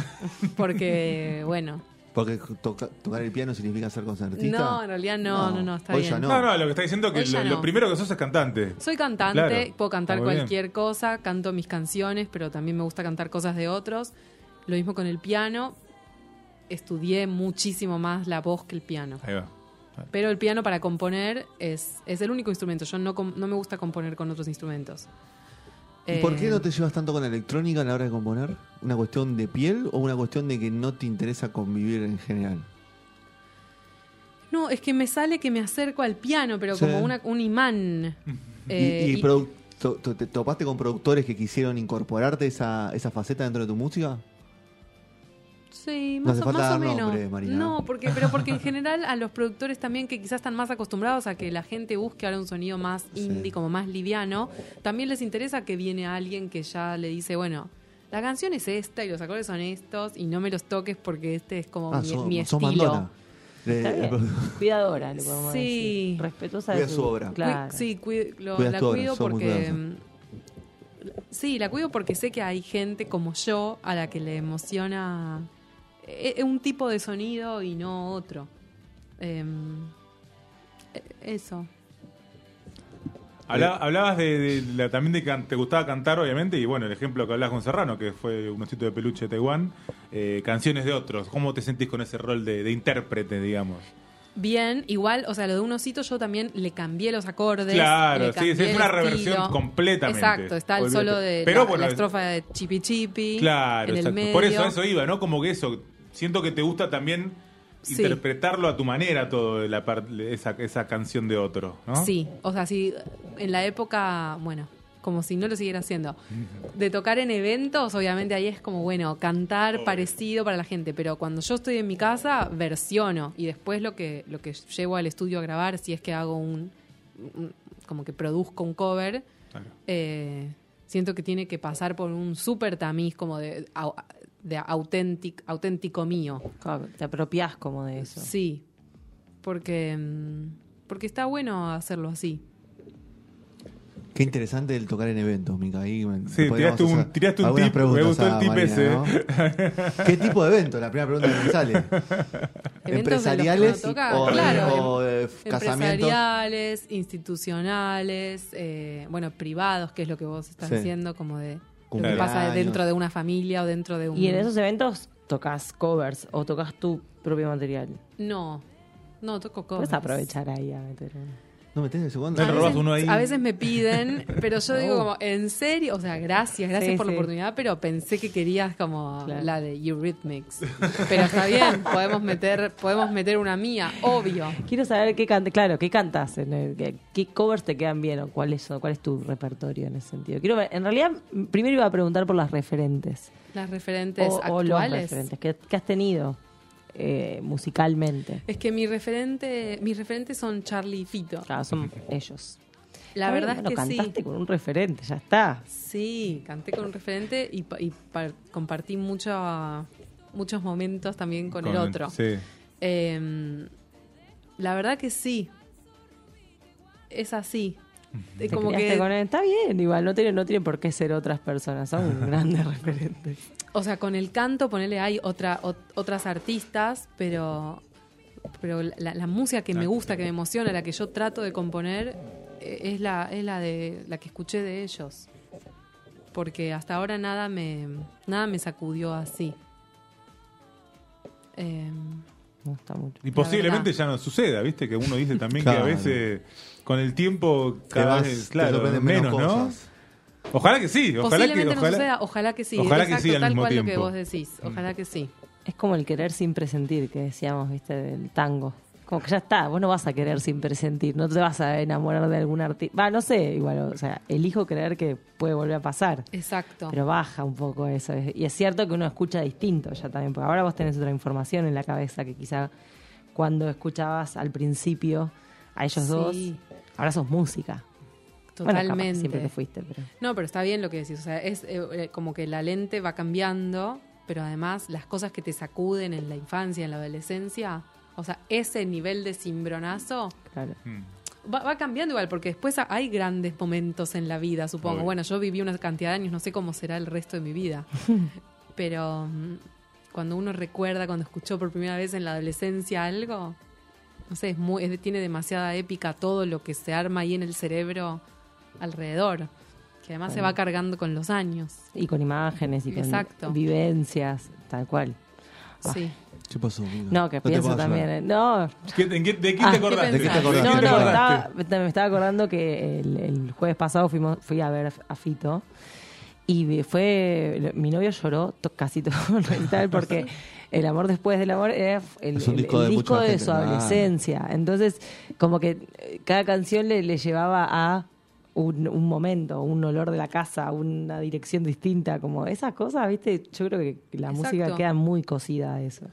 [SPEAKER 5] Porque, bueno.
[SPEAKER 2] Porque toca- tocar el piano significa ser concertista.
[SPEAKER 5] No, en realidad no, no, no, está
[SPEAKER 2] hoy
[SPEAKER 5] bien.
[SPEAKER 2] ya no.
[SPEAKER 4] No, no, lo que está diciendo es que
[SPEAKER 5] Hoy ya
[SPEAKER 4] lo, lo
[SPEAKER 5] no.
[SPEAKER 4] primero que sos es cantante.
[SPEAKER 5] Soy cantante,
[SPEAKER 4] Claro.
[SPEAKER 5] puedo cantar
[SPEAKER 4] Está muy
[SPEAKER 5] cualquier cosa, canto mis canciones, pero también me gusta cantar cosas de otros. Lo mismo con el piano. Estudié muchísimo más la voz que el piano.
[SPEAKER 4] Ahí va.
[SPEAKER 5] Pero el piano para componer es, es el único instrumento. Yo no, com- no me gusta componer con otros instrumentos.
[SPEAKER 2] ¿Y por qué
[SPEAKER 5] Eh,
[SPEAKER 2] no te llevas tanto con la electrónica a la hora de componer? ¿Una cuestión de piel o una cuestión de que no te interesa convivir en general?
[SPEAKER 5] No, es que me sale que me acerco al piano, pero
[SPEAKER 2] Sí.
[SPEAKER 5] como una- un imán. Eh,
[SPEAKER 2] ¿Y, y
[SPEAKER 5] y-
[SPEAKER 2] produ- to- to- te topaste con productores que quisieron incorporarte esa, esa faceta dentro de tu música?
[SPEAKER 5] Sí,
[SPEAKER 2] No
[SPEAKER 5] más,
[SPEAKER 2] hace
[SPEAKER 5] o,
[SPEAKER 2] falta
[SPEAKER 5] más o
[SPEAKER 2] dar
[SPEAKER 5] menos.
[SPEAKER 2] nombre, Marina.
[SPEAKER 5] No, porque, pero porque en general a los productores también que quizás están más acostumbrados a que la gente busque ahora un sonido más
[SPEAKER 2] Sí.
[SPEAKER 5] indie, como más liviano, también les interesa que viene alguien que ya le dice, bueno, la canción es esta y los acordes son estos y no me los toques porque este es como mi,
[SPEAKER 2] son
[SPEAKER 5] mi estilo.
[SPEAKER 3] Está
[SPEAKER 2] Eh,
[SPEAKER 3] bien. Cuidadora, le podemos
[SPEAKER 5] Sí.
[SPEAKER 3] decir. Respetuosa de
[SPEAKER 2] Cuida su obra.
[SPEAKER 5] Cui-
[SPEAKER 3] Claro.
[SPEAKER 5] Sí, cui- lo-
[SPEAKER 2] Cuidas
[SPEAKER 5] la
[SPEAKER 2] tu obra,
[SPEAKER 5] cuido
[SPEAKER 2] sos muy
[SPEAKER 5] porque.
[SPEAKER 2] cuidadosa.
[SPEAKER 5] mm, Sí, la cuido porque sé que hay gente como yo a la que le emociona eh, eh, un tipo de sonido y no otro. Em, eh, eso.
[SPEAKER 2] Eh.
[SPEAKER 4] Habla- hablabas de, de la- también de que te gustaba cantar, obviamente, y bueno, el ejemplo que hablabas con Serrano, que fue un osito de peluche de Taiwán, eh, canciones de otros. ¿Cómo te sentís con ese rol de, de intérprete, digamos?
[SPEAKER 5] Bien, igual, o sea, lo de un osito yo también le cambié los acordes.
[SPEAKER 4] Claro,
[SPEAKER 5] le
[SPEAKER 4] sí, sí, es
[SPEAKER 5] cambié el
[SPEAKER 4] una reversión
[SPEAKER 5] estilo.
[SPEAKER 4] completamente.
[SPEAKER 5] Exacto, está el
[SPEAKER 4] Olvídate.
[SPEAKER 5] solo de
[SPEAKER 4] Pero
[SPEAKER 5] la,
[SPEAKER 4] bueno,
[SPEAKER 5] la
[SPEAKER 4] es-
[SPEAKER 5] estrofa de Chipi Chipi.
[SPEAKER 4] Claro,
[SPEAKER 5] en el
[SPEAKER 4] exacto.
[SPEAKER 5] medio.
[SPEAKER 4] Por eso a eso iba, ¿no? Como que eso, siento que te gusta también
[SPEAKER 5] Sí.
[SPEAKER 4] interpretarlo a tu manera todo la par- esa, esa canción de otro, ¿no?
[SPEAKER 5] Sí, o sea, si en la época, bueno, como si no lo siguiera haciendo, de tocar en eventos, obviamente ahí es como, bueno, cantar parecido para la gente, pero cuando yo estoy en mi casa, versiono y después lo que, lo que llevo al estudio a grabar, si es que hago un, un- como que produzco un cover,
[SPEAKER 4] Claro.
[SPEAKER 5] eh, siento que tiene que pasar por un súper tamiz como de, au- de auténtic- auténtico mío.
[SPEAKER 3] Claro, Te apropias como de eso.
[SPEAKER 5] Sí, porque, mm, porque está bueno hacerlo así.
[SPEAKER 2] Qué interesante el tocar en eventos, Mica. Ahí me-
[SPEAKER 4] Sí,
[SPEAKER 2] podríamos
[SPEAKER 4] tiraste un-
[SPEAKER 2] hacer
[SPEAKER 4] tiraste un
[SPEAKER 2] algunas
[SPEAKER 4] tip,
[SPEAKER 2] preguntas
[SPEAKER 4] me gustó el
[SPEAKER 2] a
[SPEAKER 4] tip ese. ¿eh?
[SPEAKER 2] ¿no? ¿Qué tipo de evento? La primera pregunta que me sale.
[SPEAKER 5] en los que
[SPEAKER 2] ¿Empresariales
[SPEAKER 5] uno
[SPEAKER 2] y-
[SPEAKER 5] toca,
[SPEAKER 2] o,
[SPEAKER 5] claro,
[SPEAKER 2] o, eh, casamientos?
[SPEAKER 5] Empresariales, institucionales, eh, bueno, privados, que es lo que vos estás
[SPEAKER 2] Sí.
[SPEAKER 5] diciendo, como de lo que
[SPEAKER 2] Cumpleaños.
[SPEAKER 5] pasa dentro de una familia o dentro de un...
[SPEAKER 3] Y en esos eventos tocas covers o tocas tu propio material.
[SPEAKER 5] No, no, toco covers.
[SPEAKER 3] Puedes aprovechar ahí a meter un-
[SPEAKER 2] No metés el segundo.
[SPEAKER 4] No le
[SPEAKER 5] A
[SPEAKER 4] robás
[SPEAKER 5] veces-
[SPEAKER 4] uno ahí.
[SPEAKER 5] A veces me piden, pero yo digo como, ¿en serio? O sea, gracias, gracias
[SPEAKER 3] Sí,
[SPEAKER 5] por la
[SPEAKER 3] sí.
[SPEAKER 5] oportunidad, pero pensé que querías como
[SPEAKER 3] Claro.
[SPEAKER 5] la de Eurythmics. Pero está bien, podemos meter, podemos meter una mía, obvio.
[SPEAKER 3] Quiero saber qué canta, claro, qué cantas, en el- qué, qué covers te quedan bien o cuál es, cuál es tu repertorio en ese sentido. Quiero ver- en realidad, m- primero iba a preguntar por las referentes
[SPEAKER 5] Las referentes
[SPEAKER 3] o, o los
[SPEAKER 5] actuales.
[SPEAKER 3] referentes que, que has tenido eh, musicalmente.
[SPEAKER 5] Es que mi referente, mis referentes son Charlie y Fito.
[SPEAKER 3] Claro, son ellos.
[SPEAKER 5] La
[SPEAKER 3] Está bien,
[SPEAKER 5] verdad es
[SPEAKER 3] bueno,
[SPEAKER 5] que
[SPEAKER 3] cantaste
[SPEAKER 5] sí.
[SPEAKER 3] con un referente, ya está.
[SPEAKER 5] Sí, canté con un referente y, pa- y par- compartí mucho, muchos momentos también con, el otro.
[SPEAKER 4] Sí.
[SPEAKER 5] Eh, la verdad que sí. Es así. Eh,
[SPEAKER 3] Te
[SPEAKER 5] Como
[SPEAKER 3] criaste
[SPEAKER 5] que,
[SPEAKER 3] con él. Está bien, igual, no tiene, no tiene por qué ser otras personas, son grandes referentes.
[SPEAKER 5] o sea, con el canto, ponele, hay otra, ot- otras artistas, pero, pero la, la música
[SPEAKER 4] Ah,
[SPEAKER 5] que me gusta, que me emociona, la que yo trato de componer, eh, es la, es la de la que escuché de ellos. Porque hasta ahora nada me, nada me sacudió así. Eh,
[SPEAKER 3] Me gusta mucho.
[SPEAKER 4] Y posiblemente ya no suceda, ¿viste? Que uno dice también que a
[SPEAKER 2] Claro.
[SPEAKER 4] veces con el tiempo cada
[SPEAKER 2] vas-
[SPEAKER 4] vez
[SPEAKER 2] te
[SPEAKER 4] claro,
[SPEAKER 2] sorprenden
[SPEAKER 4] menos,
[SPEAKER 2] menos
[SPEAKER 4] ¿no?
[SPEAKER 2] cosas.
[SPEAKER 4] Ojalá que sí, ojalá que
[SPEAKER 5] Posiblemente no
[SPEAKER 4] ojalá-
[SPEAKER 5] suceda, ojalá que sí.
[SPEAKER 4] ojalá que
[SPEAKER 5] Exacto,
[SPEAKER 4] sí al
[SPEAKER 5] tal
[SPEAKER 4] mismo
[SPEAKER 5] cual lo que
[SPEAKER 4] tiempo.
[SPEAKER 5] vos decís. Ojalá que sí.
[SPEAKER 3] Es como el querer sin presentir, que decíamos, viste, del tango. Como que ya está, vos no vas a querer sin presentir, no te vas a enamorar de algún artista. Va, no sé, igual, o sea, elijo creer que puede volver a pasar.
[SPEAKER 5] Exacto.
[SPEAKER 3] Pero baja un poco eso. Es- Y es cierto que uno escucha distinto ya también, porque ahora vos tenés otra información en la cabeza que quizá cuando escuchabas al principio a ellos dos,
[SPEAKER 5] Sí.
[SPEAKER 3] ahora sos música. Bueno, capaz que
[SPEAKER 5] Totalmente.
[SPEAKER 3] siempre que fuiste, pero.
[SPEAKER 5] No, pero está bien lo que decís. O sea, es eh, eh, como que la lente va cambiando, pero además las cosas que te sacuden en la infancia, en la adolescencia, o sea, ese nivel de cimbronazo
[SPEAKER 3] Claro.
[SPEAKER 4] Mm.
[SPEAKER 5] va, va cambiando igual, porque después ha- hay grandes momentos en la vida, supongo.
[SPEAKER 4] Obvio.
[SPEAKER 5] Bueno, yo viví una cantidad de años, no sé cómo será el resto de mi vida. pero mm, cuando uno recuerda, cuando escuchó por primera vez en la adolescencia algo, no sé, es muy, es de- tiene demasiada épica todo lo que se arma ahí en el cerebro alrededor, que además se va cargando con los años.
[SPEAKER 3] Y con imágenes y con
[SPEAKER 5] Exacto.
[SPEAKER 3] vivencias, tal cual. Ah,
[SPEAKER 5] Sí.
[SPEAKER 2] ¿Qué pasó, Mica?
[SPEAKER 3] No, que
[SPEAKER 2] te
[SPEAKER 3] pienso
[SPEAKER 2] puedo
[SPEAKER 3] también.
[SPEAKER 2] ayudar.
[SPEAKER 3] eh, No,
[SPEAKER 4] ¿Qué- en qué- ¿De quién
[SPEAKER 3] Ah,
[SPEAKER 4] te
[SPEAKER 3] ¿qué
[SPEAKER 4] acordaste?
[SPEAKER 5] pensás?
[SPEAKER 2] ¿De qué te
[SPEAKER 4] ¿De
[SPEAKER 3] No,
[SPEAKER 4] quién te
[SPEAKER 3] no,
[SPEAKER 4] acordaste?
[SPEAKER 3] estaba- me me estaba acordando que el, el jueves pasado fuimos, fui a ver a Fito y vi- fue. Mi novio lloró to- casi todo el recital porque El amor después del amor era el,
[SPEAKER 2] Es un
[SPEAKER 3] el-
[SPEAKER 2] disco
[SPEAKER 3] el
[SPEAKER 2] de
[SPEAKER 3] disco
[SPEAKER 2] mucha
[SPEAKER 3] de
[SPEAKER 2] gente,
[SPEAKER 3] su
[SPEAKER 2] claro.
[SPEAKER 3] adolescencia. Entonces, como que eh, cada canción le, le llevaba a un, un momento, un olor de la casa, una dirección distinta, como esas cosas, ¿viste? Yo creo que la música
[SPEAKER 5] Exacto.
[SPEAKER 3] queda muy cosida a eso.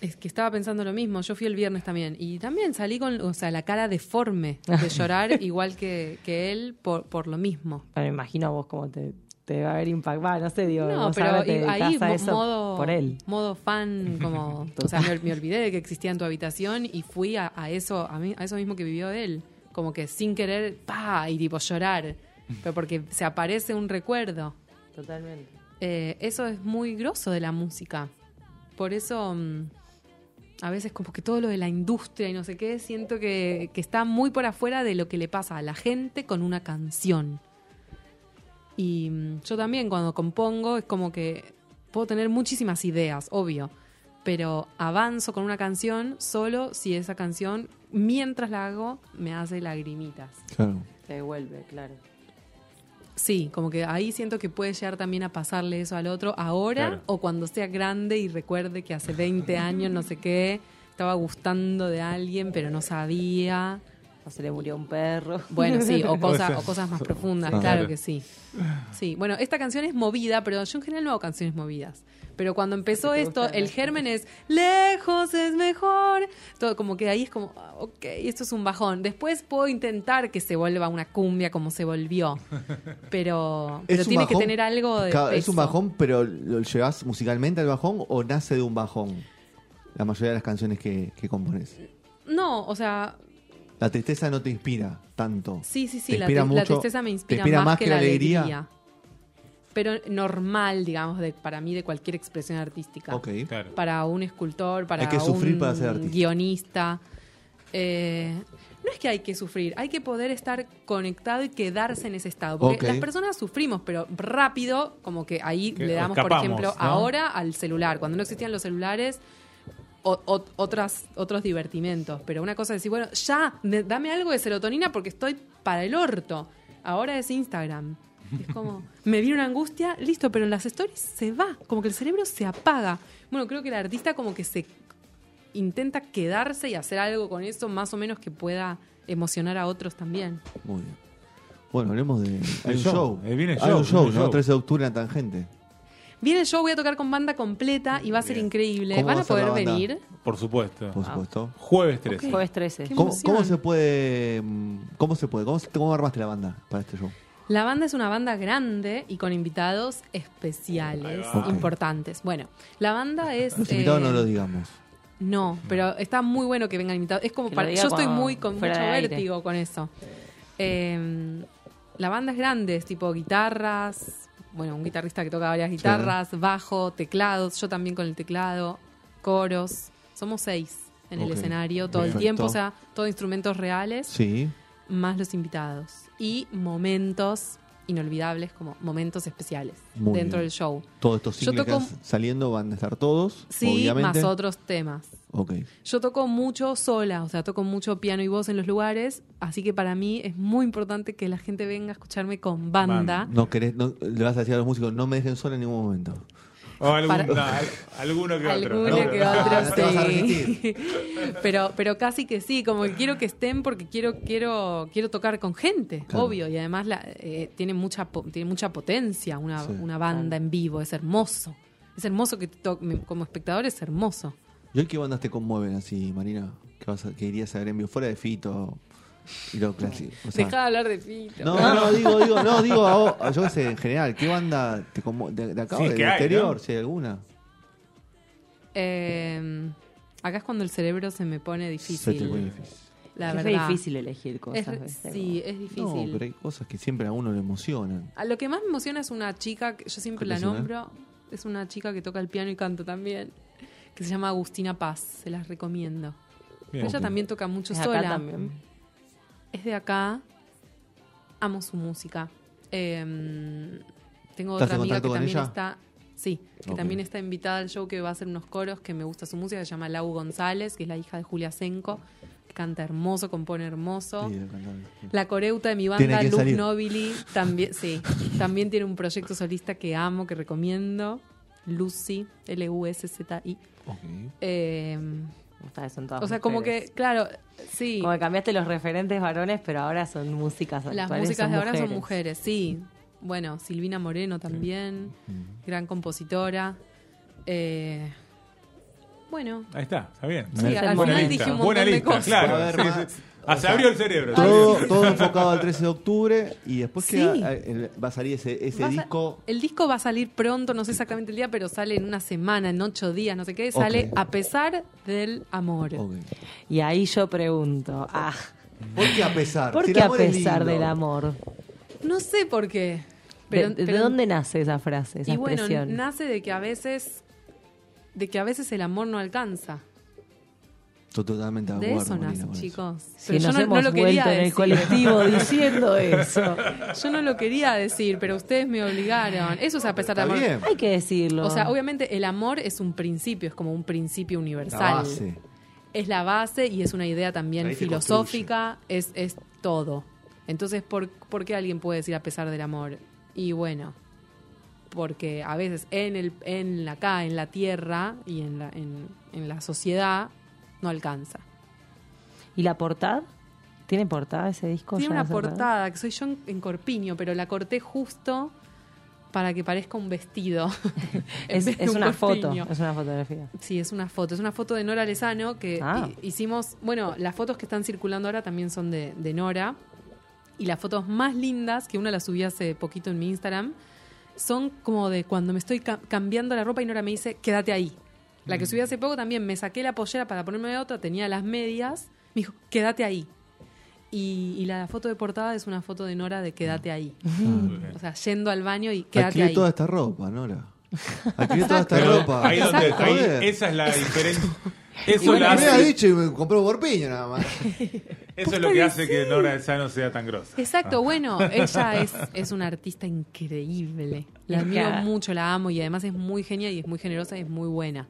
[SPEAKER 5] Es que estaba pensando lo mismo. Yo fui el viernes también. Y también salí con o sea, la cara deforme de llorar, igual que, que él, por, por lo mismo.
[SPEAKER 3] Bueno, me imagino a vos cómo te, te va a haber impactado. Va, no sé, digo,
[SPEAKER 5] No,
[SPEAKER 3] vos
[SPEAKER 5] pero
[SPEAKER 3] ahora te
[SPEAKER 5] i- ahí
[SPEAKER 3] dedicás a
[SPEAKER 5] mo-
[SPEAKER 3] eso
[SPEAKER 5] modo,
[SPEAKER 3] por él.
[SPEAKER 5] modo fan, como. o sea, me, ol- me olvidé de que existía en tu habitación y fui a, a eso a, mí, a eso mismo que vivió él. Como que sin querer, pa Y tipo llorar. Pero porque se aparece un recuerdo.
[SPEAKER 3] Totalmente.
[SPEAKER 5] Eh, eso es muy grosso de la música. Por eso, mm, a veces como que todo lo de la industria y no sé qué, siento que, que está muy por afuera de lo que le pasa a la gente con una canción. Y mm, yo también cuando compongo es como que puedo tener muchísimas ideas, obvio, pero avanzo con una canción solo si esa canción, mientras la hago, me hace lagrimitas.
[SPEAKER 2] Claro.
[SPEAKER 3] Te devuelve, claro.
[SPEAKER 5] Sí, como que ahí siento que puede llegar también a pasarle eso al otro ahora
[SPEAKER 4] Claro.
[SPEAKER 5] o cuando sea grande y recuerde que hace 20 años no sé qué, estaba gustando de alguien pero no sabía.
[SPEAKER 3] O se le murió un perro.
[SPEAKER 5] Bueno, sí, o, cosa-
[SPEAKER 4] sea,
[SPEAKER 5] o cosas más profundas,
[SPEAKER 2] claro.
[SPEAKER 5] claro que sí. Sí, bueno, esta canción es movida, pero yo en general no hago canciones movidas. Pero cuando empezó
[SPEAKER 3] Porque te
[SPEAKER 5] esto,
[SPEAKER 3] gustan
[SPEAKER 5] el
[SPEAKER 3] las-
[SPEAKER 5] germen es lejos es mejor. Todo como que ahí es como, ah, ok, esto es un bajón. Después puedo intentar que se vuelva una cumbia como se volvió. Pero, pero
[SPEAKER 2] un
[SPEAKER 5] tiene que
[SPEAKER 2] bajón,
[SPEAKER 5] tener algo de.
[SPEAKER 2] claro, Es
[SPEAKER 5] peso.
[SPEAKER 2] un bajón, pero ¿lo llevas musicalmente al bajón o nace de un bajón? La mayoría de las canciones que, que compones.
[SPEAKER 5] No, o sea,
[SPEAKER 2] La tristeza no te inspira tanto.
[SPEAKER 5] Sí, sí,
[SPEAKER 2] Te
[SPEAKER 5] sí, la,
[SPEAKER 2] inspira
[SPEAKER 5] tri- la
[SPEAKER 2] mucho-
[SPEAKER 5] tristeza me
[SPEAKER 2] te
[SPEAKER 5] inspira, más, que, la alegría. Pero normal, digamos, de, para mí, de cualquier expresión artística.
[SPEAKER 2] Ok.
[SPEAKER 4] Claro.
[SPEAKER 5] Para un escultor, para
[SPEAKER 2] Hay que sufrir
[SPEAKER 5] un
[SPEAKER 2] para ser artista.
[SPEAKER 5] guionista. Eh, no es que hay que sufrir, hay que poder estar conectado y quedarse en ese estado. Porque
[SPEAKER 2] Ok.
[SPEAKER 5] las personas sufrimos, pero rápido, como que ahí
[SPEAKER 4] Que
[SPEAKER 5] le damos, por
[SPEAKER 4] escapamos,
[SPEAKER 5] ejemplo,
[SPEAKER 4] ¿no?
[SPEAKER 5] ahora al celular. Cuando no existían los celulares, o- o- otras, otros divertimentos. Pero una cosa es decir, bueno, ya, de- dame algo de serotonina porque estoy para el orto. Ahora es Instagram. Y Es como, me viene una angustia, listo, pero en las stories se va, como que el cerebro se apaga. Bueno, creo que el artista como que se intenta quedarse y hacer algo con eso, más o menos que pueda emocionar a otros también.
[SPEAKER 2] Muy bien. Bueno, hablemos de. Hay un
[SPEAKER 4] show.
[SPEAKER 2] show.
[SPEAKER 4] Eh, viene el
[SPEAKER 2] Hay
[SPEAKER 4] show,
[SPEAKER 2] un show,
[SPEAKER 4] viene el
[SPEAKER 2] ¿no?
[SPEAKER 4] show.
[SPEAKER 2] 13 de octubre en Tangente.
[SPEAKER 5] Viene yo, voy a tocar con banda completa y va a ser
[SPEAKER 4] Bien.
[SPEAKER 5] increíble.
[SPEAKER 2] ¿Cómo
[SPEAKER 5] ¿Van
[SPEAKER 2] va
[SPEAKER 5] a
[SPEAKER 2] a ser la
[SPEAKER 5] poder
[SPEAKER 2] banda?
[SPEAKER 5] venir?
[SPEAKER 4] Por supuesto.
[SPEAKER 2] Por supuesto.
[SPEAKER 4] Jueves 13.
[SPEAKER 3] Jueves 13.
[SPEAKER 5] Ah. Qué
[SPEAKER 2] ¿Cómo,
[SPEAKER 5] emoción.
[SPEAKER 2] cómo se puede. mm, ¿Cómo se puede? ¿Cómo, se- cómo armaste la banda para este show?
[SPEAKER 5] La banda es una banda grande y con invitados especiales,
[SPEAKER 2] Ahí va.
[SPEAKER 5] importantes. Bueno, la banda es...
[SPEAKER 2] Los
[SPEAKER 5] eh,
[SPEAKER 2] invitados no lo digamos.
[SPEAKER 5] no, pero está muy bueno que vengan invitados. Es como
[SPEAKER 3] Que lo
[SPEAKER 5] para...
[SPEAKER 3] diga
[SPEAKER 5] Yo estoy
[SPEAKER 3] cuando-
[SPEAKER 5] muy con mucho
[SPEAKER 3] fuera de aire.
[SPEAKER 5] vértigo con eso. Eh, la banda es grande, es tipo guitarras, bueno, un guitarrista que toca varias guitarras, bajo, teclados, yo también con el teclado, coros. Somos seis en el
[SPEAKER 2] Ok,
[SPEAKER 5] escenario todo el
[SPEAKER 2] perfecto.
[SPEAKER 5] tiempo, o sea, todo instrumentos reales
[SPEAKER 2] Sí.
[SPEAKER 5] más los invitados y momentos inolvidables como momentos especiales
[SPEAKER 2] Muy
[SPEAKER 5] dentro
[SPEAKER 2] bien.
[SPEAKER 5] del show.
[SPEAKER 2] Todos estos
[SPEAKER 5] Yo
[SPEAKER 2] singles que
[SPEAKER 5] toco-
[SPEAKER 2] van saliendo van a estar todos.
[SPEAKER 5] Sí,
[SPEAKER 2] obviamente.
[SPEAKER 5] más otros temas.
[SPEAKER 2] Ok.
[SPEAKER 5] Yo toco mucho sola, o sea, toco mucho piano y voz en los lugares, así que para mí es muy importante que la gente venga a escucharme con banda.
[SPEAKER 2] No querés, no- le vas a decir a los músicos, no me dejen sola en ningún momento.
[SPEAKER 4] O algún-
[SPEAKER 5] Para-
[SPEAKER 4] no, al- alguno que otro.
[SPEAKER 5] Alguno
[SPEAKER 2] No,
[SPEAKER 5] que
[SPEAKER 2] no,
[SPEAKER 5] otro,
[SPEAKER 2] no te vas a
[SPEAKER 5] sí.
[SPEAKER 2] resistir.
[SPEAKER 5] pero, pero casi que sí, como que quiero que estén porque quiero, quiero, quiero tocar con gente,
[SPEAKER 2] Claro.
[SPEAKER 5] obvio. Y además la, eh, tiene, mucha, po- tiene mucha potencia una,
[SPEAKER 2] Sí.
[SPEAKER 5] una banda en vivo, es hermoso. Es hermoso que te to- me- como espectador es hermoso.
[SPEAKER 2] ¿Y hoy qué bandas te conmueven así, Marina? Que, vas a- que irías a Gremio fuera de Fito y lo clásico. O sea,
[SPEAKER 5] Deja de hablar de Fito.
[SPEAKER 2] no, no, digo, digo, no, digo, a vos- a- yo qué sé, en general, ¿qué banda te conmueve? ¿De, de acá
[SPEAKER 4] Sí,
[SPEAKER 2] o del
[SPEAKER 4] que hay,
[SPEAKER 2] exterior?
[SPEAKER 4] ¿no?
[SPEAKER 2] Si hay alguna.
[SPEAKER 5] Eh, acá es cuando el cerebro se me pone
[SPEAKER 2] Se te pone
[SPEAKER 5] difícil.
[SPEAKER 2] difícil.
[SPEAKER 5] La
[SPEAKER 3] es re
[SPEAKER 5] verdad.
[SPEAKER 3] difícil elegir
[SPEAKER 5] Es
[SPEAKER 3] cosas.
[SPEAKER 5] re-
[SPEAKER 3] ¿viste?
[SPEAKER 5] sí, es difícil.
[SPEAKER 2] No, pero hay cosas que siempre a uno le emocionan.
[SPEAKER 5] A lo que más me emociona es una chica, que yo siempre
[SPEAKER 2] ¿Cuál
[SPEAKER 5] la
[SPEAKER 2] es una?
[SPEAKER 5] nombro, es una chica que toca el piano y canta también, que se llama Agustina Paz, se las recomiendo.
[SPEAKER 4] Bien.
[SPEAKER 5] Ella
[SPEAKER 2] Ok.
[SPEAKER 5] también toca mucho
[SPEAKER 3] Es acá
[SPEAKER 5] sola.
[SPEAKER 3] también.
[SPEAKER 5] Es de acá, amo su música. Eh, tengo
[SPEAKER 2] ¿Estás
[SPEAKER 5] otra
[SPEAKER 2] en
[SPEAKER 5] amiga
[SPEAKER 2] contacto
[SPEAKER 5] que
[SPEAKER 2] con
[SPEAKER 5] también
[SPEAKER 2] ella?
[SPEAKER 5] está... Sí, que
[SPEAKER 2] Ok.
[SPEAKER 5] también está invitada al show que va a hacer unos coros que me gusta su música, que se llama Lau González, que es la hija de Julia Senco, que canta hermoso, compone hermoso.
[SPEAKER 2] Sí, de cantar.
[SPEAKER 5] La coreuta de mi
[SPEAKER 2] Tiene
[SPEAKER 5] banda,
[SPEAKER 2] que
[SPEAKER 5] Luz
[SPEAKER 2] salir.
[SPEAKER 5] Nobili, también, sí, también tiene un proyecto solista que amo, que recomiendo. Lucy, L-U-S-Z-I.
[SPEAKER 2] Ok.
[SPEAKER 5] Eh,
[SPEAKER 3] Ustedes son todas
[SPEAKER 5] o sea, como
[SPEAKER 3] mujeres.
[SPEAKER 5] que, claro, sí,
[SPEAKER 3] Como que cambiaste los referentes varones, pero ahora son músicas
[SPEAKER 5] las
[SPEAKER 3] actuales,
[SPEAKER 5] músicas
[SPEAKER 3] son
[SPEAKER 5] de ahora son mujeres, sí. Bueno, Silvina Moreno también, gran compositora. Eh, bueno,
[SPEAKER 4] Ahí está, está bien.
[SPEAKER 5] Sí,
[SPEAKER 4] Buena
[SPEAKER 5] al final
[SPEAKER 4] lista,
[SPEAKER 5] dije un
[SPEAKER 4] buena
[SPEAKER 5] montón de
[SPEAKER 4] lista,
[SPEAKER 5] cosas.
[SPEAKER 2] A ver,
[SPEAKER 4] Claro, sí,
[SPEAKER 2] más-
[SPEAKER 4] sí.
[SPEAKER 2] o
[SPEAKER 4] Ah, se
[SPEAKER 2] sea,
[SPEAKER 4] abrió el cerebro.
[SPEAKER 2] Todo, todo enfocado al 13 de octubre y después
[SPEAKER 5] Sí.
[SPEAKER 2] queda, eh, el- va a salir ese, ese
[SPEAKER 5] Vas a-
[SPEAKER 2] disco.
[SPEAKER 5] El disco va a salir pronto, no sé exactamente el día, pero sale en una semana, en ocho días, no sé qué. Sale
[SPEAKER 2] Ok.
[SPEAKER 5] a pesar del amor.
[SPEAKER 2] Ok.
[SPEAKER 3] Y ahí yo pregunto, ah,
[SPEAKER 2] ¿Por qué a pesar?
[SPEAKER 3] ¿por
[SPEAKER 2] Si el
[SPEAKER 3] qué a
[SPEAKER 2] amor es
[SPEAKER 3] pesar
[SPEAKER 2] lindo.
[SPEAKER 3] del amor?
[SPEAKER 5] No sé por qué.
[SPEAKER 3] ¿De-
[SPEAKER 5] Pero,
[SPEAKER 3] ¿De,
[SPEAKER 5] pero-
[SPEAKER 3] dónde nace esa frase, esa
[SPEAKER 5] Y bueno,
[SPEAKER 3] expresión?
[SPEAKER 5] nace de que a veces de que a veces el amor no alcanza.
[SPEAKER 2] Estoy totalmente de
[SPEAKER 5] De
[SPEAKER 2] acuerdo.
[SPEAKER 5] eso
[SPEAKER 2] Ah, Marina,
[SPEAKER 5] nace,
[SPEAKER 2] con eso.
[SPEAKER 5] chicos.
[SPEAKER 3] Si
[SPEAKER 5] Pero yo
[SPEAKER 3] nos
[SPEAKER 5] no, no
[SPEAKER 3] hemos
[SPEAKER 5] lo
[SPEAKER 3] vuelto
[SPEAKER 5] quería
[SPEAKER 3] en el
[SPEAKER 5] decir.
[SPEAKER 3] colectivo diciendo eso.
[SPEAKER 5] Yo no lo quería decir, pero ustedes me obligaron. Eso es a pesar del
[SPEAKER 2] Está
[SPEAKER 5] amor.
[SPEAKER 2] bien.
[SPEAKER 3] Hay que decirlo.
[SPEAKER 5] O sea, obviamente el amor es un principio, es como un principio universal.
[SPEAKER 2] La base.
[SPEAKER 5] es la base y es una idea
[SPEAKER 2] Ahí
[SPEAKER 5] también
[SPEAKER 2] se
[SPEAKER 5] filosófica, es, es todo. Entonces, ¿por, por qué alguien puede decir a pesar del amor? Y bueno, porque a veces en el en la- acá, en la tierra y en la, en, en la sociedad no alcanza.
[SPEAKER 3] ¿Y la portada? ¿Tiene portada ese disco?
[SPEAKER 5] Tiene
[SPEAKER 3] ¿Ya
[SPEAKER 5] una
[SPEAKER 3] no se acuerda?
[SPEAKER 5] portada, que soy yo en, en corpiño, pero la corté justo para que parezca un vestido. en
[SPEAKER 3] Es,
[SPEAKER 5] vez de
[SPEAKER 3] es
[SPEAKER 5] un
[SPEAKER 3] una foto,
[SPEAKER 5] corpiño.
[SPEAKER 3] es una fotografía.
[SPEAKER 5] Sí, es una foto. Es una foto de Nora Lezano que
[SPEAKER 3] Ah.
[SPEAKER 5] hi- hicimos. Bueno, las fotos que están circulando ahora también son de, de Nora. Y las fotos más lindas, que una la subí hace poquito en mi Instagram, son como de cuando me estoy ca- cambiando la ropa y Nora me dice, quédate ahí. La que subí hace poco también me saqué la pollera para ponerme otra, tenía las medias, me dijo, quédate ahí. Y, y la foto de portada es una foto de Nora de quédate ahí. O sea, yendo al baño y quédate
[SPEAKER 2] Adquirí
[SPEAKER 5] ahí.
[SPEAKER 2] toda esta ropa, Nora. Adquirí toda esta
[SPEAKER 4] Pero
[SPEAKER 2] ropa.
[SPEAKER 4] ahí donde,
[SPEAKER 5] Exacto.
[SPEAKER 4] ahí-
[SPEAKER 2] Joder.
[SPEAKER 4] esa es la diferencia. Eso,
[SPEAKER 2] Bueno,
[SPEAKER 4] la
[SPEAKER 2] me había
[SPEAKER 4] hace-
[SPEAKER 2] dicho y me compró por piña nada más.
[SPEAKER 4] eso es lo que hace que Nora de Sano sea tan grosa.
[SPEAKER 5] Exacto, bueno, ella es, es una artista increíble. La admiro
[SPEAKER 3] Claro.
[SPEAKER 5] mucho, la amo y además es muy genial y es muy generosa y es muy buena.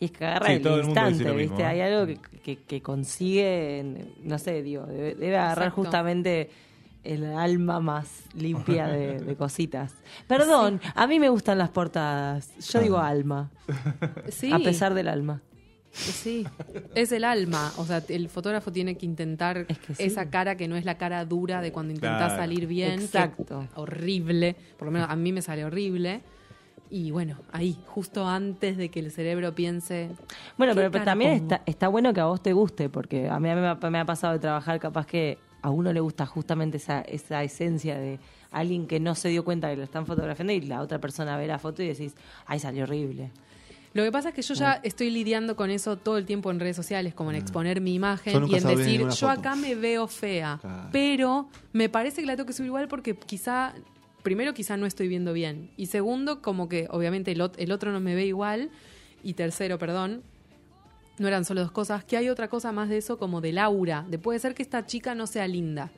[SPEAKER 3] Y es que agarra
[SPEAKER 4] Sí,
[SPEAKER 3] el
[SPEAKER 4] todo el mundo dice
[SPEAKER 3] instante,
[SPEAKER 4] lo mismo,
[SPEAKER 3] ¿viste?
[SPEAKER 4] ¿eh?
[SPEAKER 3] Hay algo que, que- que consigue, en- no sé, digo, debe, debe agarrar
[SPEAKER 5] Exacto.
[SPEAKER 3] justamente el alma más limpia de, de cositas. Perdón, a mí me gustan las portadas.
[SPEAKER 4] Ah.
[SPEAKER 3] Yo digo alma,
[SPEAKER 5] Sí,
[SPEAKER 3] a pesar del alma.
[SPEAKER 5] sí. Es el alma, o sea, el fotógrafo tiene que intentar
[SPEAKER 3] Es que sí.
[SPEAKER 5] esa cara que no es la cara dura de cuando intentas
[SPEAKER 4] Claro.
[SPEAKER 5] salir bien. que
[SPEAKER 3] Exacto.
[SPEAKER 5] es horrible, por lo menos a mí me sale horrible. Y bueno, ahí, justo antes de que el cerebro piense.
[SPEAKER 3] Bueno, pero,
[SPEAKER 5] ¿qué
[SPEAKER 3] pero
[SPEAKER 5] cara
[SPEAKER 3] también
[SPEAKER 5] pongo?
[SPEAKER 3] está, está bueno que a vos te guste, porque a mí, a mí me, ha, me ha pasado de trabajar capaz que a uno le gusta justamente esa, esa esencia de alguien que no se dio cuenta que lo están fotografiando y la otra persona ve la foto y decís, ay, salió horrible.
[SPEAKER 5] Lo que pasa es que yo ya estoy lidiando con eso todo el tiempo en redes sociales, como en exponer mi
[SPEAKER 2] Mm. Yo
[SPEAKER 5] imagen
[SPEAKER 2] nunca
[SPEAKER 5] y en
[SPEAKER 2] salgo en
[SPEAKER 5] decir,
[SPEAKER 2] ninguna
[SPEAKER 5] yo
[SPEAKER 2] foto".
[SPEAKER 5] acá me veo fea,
[SPEAKER 2] Claro.
[SPEAKER 5] pero me parece que la tengo que subir igual porque quizá, primero quizá no estoy viendo bien y segundo, como que obviamente el, ot- el otro no me ve igual y tercero, perdón, no eran solo dos cosas, que hay otra cosa más de eso como del aura, de puede ser que esta chica no sea linda,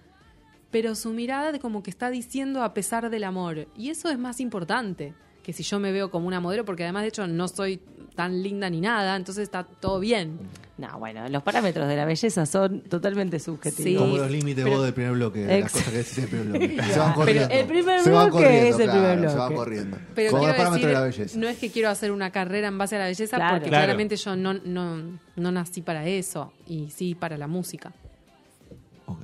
[SPEAKER 5] pero su mirada de como que está diciendo a pesar del amor. Y eso es más importante que si yo me veo como una modelo, porque además de hecho no soy tan linda ni nada, entonces está todo bien.
[SPEAKER 3] No, bueno, los parámetros de la belleza son totalmente subjetivos.
[SPEAKER 2] Como los límites vos del primer bloque, de las
[SPEAKER 3] Ex-
[SPEAKER 2] cosas que decís del primer bloque. Se van
[SPEAKER 3] Pero
[SPEAKER 2] corriendo.
[SPEAKER 3] el primer
[SPEAKER 2] se van
[SPEAKER 3] bloque es
[SPEAKER 2] corriendo,
[SPEAKER 3] el
[SPEAKER 2] claro,
[SPEAKER 3] primer
[SPEAKER 2] Se van
[SPEAKER 3] bloque.
[SPEAKER 2] corriendo.
[SPEAKER 5] Pero
[SPEAKER 2] Como el
[SPEAKER 5] quiero
[SPEAKER 2] parámetro
[SPEAKER 5] decir,
[SPEAKER 2] de la belleza.
[SPEAKER 5] no es que quiero hacer una carrera en base a la belleza,
[SPEAKER 3] Claro.
[SPEAKER 5] porque
[SPEAKER 4] Claro.
[SPEAKER 5] claramente yo no, no, no nací para eso, y sí para la música.
[SPEAKER 2] Ok,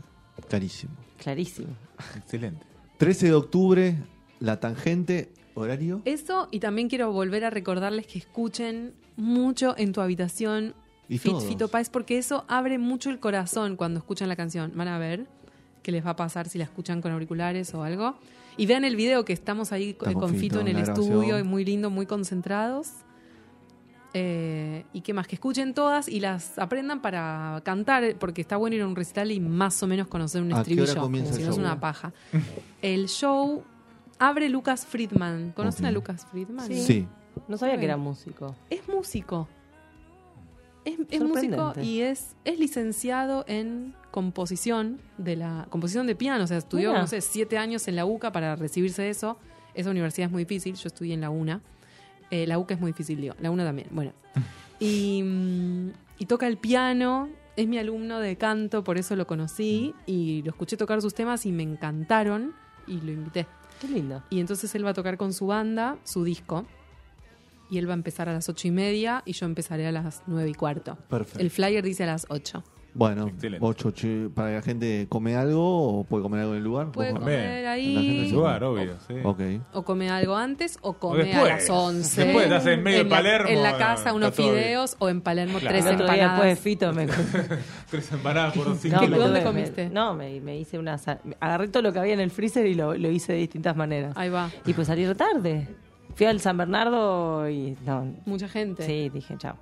[SPEAKER 2] Clarísimo.
[SPEAKER 3] Clarísimo.
[SPEAKER 4] Excelente.
[SPEAKER 2] 13 de octubre, la tangente, horario.
[SPEAKER 5] Eso, y también quiero volver a recordarles que escuchen mucho en tu habitación
[SPEAKER 2] Y
[SPEAKER 5] Fit,
[SPEAKER 2] todos.
[SPEAKER 5] Fito Páez, porque eso abre mucho el corazón cuando escuchan la canción. Van a ver qué les va a pasar si la escuchan con auriculares o algo. Y vean el video que estamos ahí co-
[SPEAKER 2] Está con
[SPEAKER 5] con Fito
[SPEAKER 2] Fito
[SPEAKER 5] en
[SPEAKER 2] en
[SPEAKER 5] el
[SPEAKER 2] la
[SPEAKER 5] estudio,
[SPEAKER 2] grabación.
[SPEAKER 5] y muy lindo, muy concentrados. Eh, y qué más, que escuchen todas y las aprendan para cantar, porque está bueno ir a un recital y más o menos conocer
[SPEAKER 2] ¿A
[SPEAKER 5] un
[SPEAKER 2] qué hora
[SPEAKER 5] estribillo, porque
[SPEAKER 2] comienza
[SPEAKER 5] si
[SPEAKER 2] el
[SPEAKER 5] no es
[SPEAKER 2] show? eh?
[SPEAKER 5] una paja. El show abre Lucas Friedman. ¿Conocen
[SPEAKER 2] Ok.
[SPEAKER 5] a Lucas Friedman?
[SPEAKER 2] Sí.
[SPEAKER 3] No sabía que
[SPEAKER 5] Bueno.
[SPEAKER 3] era músico.
[SPEAKER 5] Es músico. Es, es músico
[SPEAKER 3] Sorprendente.
[SPEAKER 5] y es, es licenciado en composición de la composición de piano. O sea, estudió,
[SPEAKER 3] Mira.
[SPEAKER 5] no sé, siete años en la UCA para recibirse de eso. Esa universidad es muy difícil. Yo estudié en la UNA. Eh, la UCA es muy difícil, digo. La UNA también. Bueno. Y, mm, y toca el piano. Es mi alumno de canto, por eso lo conocí.
[SPEAKER 2] Mm.
[SPEAKER 5] Y lo escuché tocar sus temas y me encantaron. Y lo invité.
[SPEAKER 3] Qué lindo.
[SPEAKER 5] Y entonces él va a tocar con su banda, su disco. Y él va a empezar a las ocho y media y yo empezaré a las nueve y cuarto.
[SPEAKER 2] Perfecto.
[SPEAKER 5] El flyer dice a las ocho.
[SPEAKER 2] Bueno,
[SPEAKER 4] Excelente.
[SPEAKER 2] ocho, che, para que la gente come algo o puede comer algo en el lugar.
[SPEAKER 5] Puede
[SPEAKER 2] Ojo.
[SPEAKER 4] También.
[SPEAKER 5] comer
[SPEAKER 2] Pues La gente
[SPEAKER 5] ahí.
[SPEAKER 4] El lugar, obvio. Sí.
[SPEAKER 2] Ok.
[SPEAKER 5] O come algo antes o come
[SPEAKER 4] después.
[SPEAKER 5] a las once.
[SPEAKER 4] Después, estás en medio de
[SPEAKER 5] la-
[SPEAKER 4] Palermo,
[SPEAKER 5] En la
[SPEAKER 4] no,
[SPEAKER 5] casa unos
[SPEAKER 4] está todo bien.
[SPEAKER 5] fideos o en Palermo
[SPEAKER 4] Claro.
[SPEAKER 5] tres
[SPEAKER 3] El otro día después de
[SPEAKER 5] empanadas.
[SPEAKER 3] Fito me...
[SPEAKER 4] Tres empanadas por cinco
[SPEAKER 5] ¿qué-
[SPEAKER 3] me
[SPEAKER 4] kilómetros.
[SPEAKER 5] dónde
[SPEAKER 3] tuve-
[SPEAKER 5] comiste?
[SPEAKER 3] me- no, me, me hice una... sa- Agarré todo lo que había en el freezer y lo, lo hice de distintas maneras.
[SPEAKER 5] Ahí va.
[SPEAKER 3] Y pues salí re tarde. Fui al San Bernardo y... No,
[SPEAKER 5] Mucha gente.
[SPEAKER 3] sí, dije chao.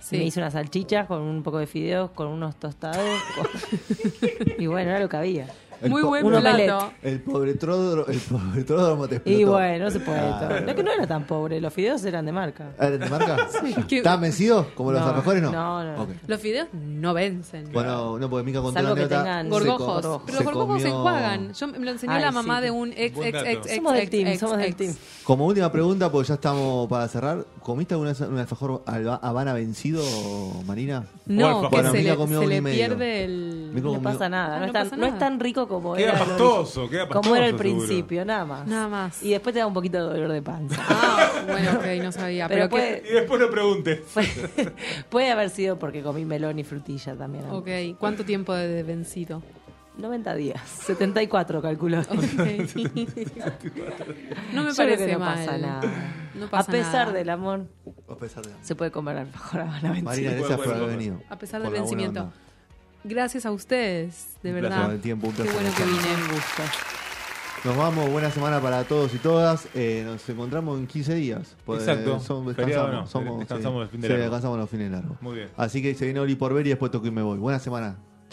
[SPEAKER 5] Sí.
[SPEAKER 3] Y Me hice unas salchichas con un poco de fideos, con unos tostados. con- y bueno, era lo que había.
[SPEAKER 5] Muy
[SPEAKER 2] po-
[SPEAKER 5] buen
[SPEAKER 3] un
[SPEAKER 5] plato.
[SPEAKER 3] omelette.
[SPEAKER 2] El pobre tródromo, el pobre tródromo te explotó.
[SPEAKER 3] Y bueno, no se puede
[SPEAKER 2] Ah,
[SPEAKER 3] todo. No, que no era tan pobre, los fideos eran de marca.
[SPEAKER 2] ¿Ah, ¿Te marca?
[SPEAKER 5] que-
[SPEAKER 2] ¿Estás vencido? ¿Como los
[SPEAKER 3] No,
[SPEAKER 2] alfajores? No.
[SPEAKER 3] no, no, no.
[SPEAKER 2] Ok.
[SPEAKER 5] Los fideos no vencen.
[SPEAKER 2] Bueno, no, porque Mica contó
[SPEAKER 3] Salvo
[SPEAKER 2] una
[SPEAKER 3] que
[SPEAKER 2] anécdota.
[SPEAKER 3] tengan
[SPEAKER 2] se
[SPEAKER 5] Gorgojos.
[SPEAKER 2] co-
[SPEAKER 5] Pero
[SPEAKER 2] se
[SPEAKER 5] los gorgojos se
[SPEAKER 2] comió-
[SPEAKER 5] enjuagan. Yo me lo enseñó
[SPEAKER 3] Ay,
[SPEAKER 5] la mamá
[SPEAKER 3] sí.
[SPEAKER 5] de un ex,
[SPEAKER 4] Buen
[SPEAKER 5] ex,
[SPEAKER 4] dato.
[SPEAKER 5] ex, ex,
[SPEAKER 3] Somos del
[SPEAKER 5] ex,
[SPEAKER 3] team,
[SPEAKER 5] ex,
[SPEAKER 3] somos del
[SPEAKER 5] ex.
[SPEAKER 3] team.
[SPEAKER 2] Como última pregunta, porque ya estamos para cerrar. ¿Comiste alguna vez un alfajor alba- Habana vencido, Marina?
[SPEAKER 5] No,
[SPEAKER 4] alfajor.
[SPEAKER 5] que
[SPEAKER 4] Bueno,
[SPEAKER 5] se
[SPEAKER 2] Mila
[SPEAKER 5] le,
[SPEAKER 2] comió
[SPEAKER 5] se
[SPEAKER 2] uno y
[SPEAKER 5] le
[SPEAKER 2] medio.
[SPEAKER 5] pierde el...
[SPEAKER 2] Mira cómo
[SPEAKER 3] No
[SPEAKER 2] comió-
[SPEAKER 3] pasa nada, no,
[SPEAKER 5] Ah, no
[SPEAKER 3] es tan,
[SPEAKER 5] pasa
[SPEAKER 3] no es
[SPEAKER 5] nada.
[SPEAKER 3] tan rico como
[SPEAKER 4] Queda
[SPEAKER 3] era, al ori-
[SPEAKER 4] pastoso, queda pastoso.
[SPEAKER 3] como era al
[SPEAKER 4] seguro.
[SPEAKER 3] principio, nada más.
[SPEAKER 5] Nada más.
[SPEAKER 3] Y después te da un poquito de dolor de panza.
[SPEAKER 5] Ah, bueno, ok, no sabía. Pero,
[SPEAKER 3] Pero
[SPEAKER 5] que...
[SPEAKER 4] Y después no preguntes.
[SPEAKER 3] puede, puede haber sido porque comí melón y frutilla también. antes.
[SPEAKER 5] Ok, ¿cuánto tiempo de vencido?
[SPEAKER 3] 90 días, 74 calculó.
[SPEAKER 5] Ok.
[SPEAKER 3] Yo
[SPEAKER 5] no me
[SPEAKER 3] creo
[SPEAKER 5] parece
[SPEAKER 3] que no
[SPEAKER 5] mal.
[SPEAKER 3] pasa nada.
[SPEAKER 5] No pasa
[SPEAKER 3] a pesar
[SPEAKER 5] nada.
[SPEAKER 3] del amor,
[SPEAKER 2] A pesar de-
[SPEAKER 3] se puede comer alfajor a la vencida.
[SPEAKER 2] Marina, gracias por
[SPEAKER 4] Bueno,
[SPEAKER 2] haber
[SPEAKER 4] bueno.
[SPEAKER 2] venido.
[SPEAKER 5] A pesar
[SPEAKER 2] Por la buena
[SPEAKER 5] del vencimiento.
[SPEAKER 2] onda.
[SPEAKER 5] Gracias a ustedes, de
[SPEAKER 4] Un
[SPEAKER 5] verdad.
[SPEAKER 4] placer,
[SPEAKER 2] Por el tiempo, un
[SPEAKER 5] Qué
[SPEAKER 2] placer.
[SPEAKER 5] bueno que vine.
[SPEAKER 2] Nos vamos, buena semana para todos y todas. Eh, nos encontramos en 15 días. Pues,
[SPEAKER 4] Exacto.
[SPEAKER 2] son-
[SPEAKER 4] Feriado
[SPEAKER 2] descansamos,
[SPEAKER 4] no,
[SPEAKER 2] somos-
[SPEAKER 4] descansamos
[SPEAKER 2] sí,
[SPEAKER 4] el fin de
[SPEAKER 2] sí,
[SPEAKER 4] largo.
[SPEAKER 2] descansamos los fines largos.
[SPEAKER 4] Muy bien.
[SPEAKER 2] Así que se viene Oli por ver y después toco y me voy. Buena semana.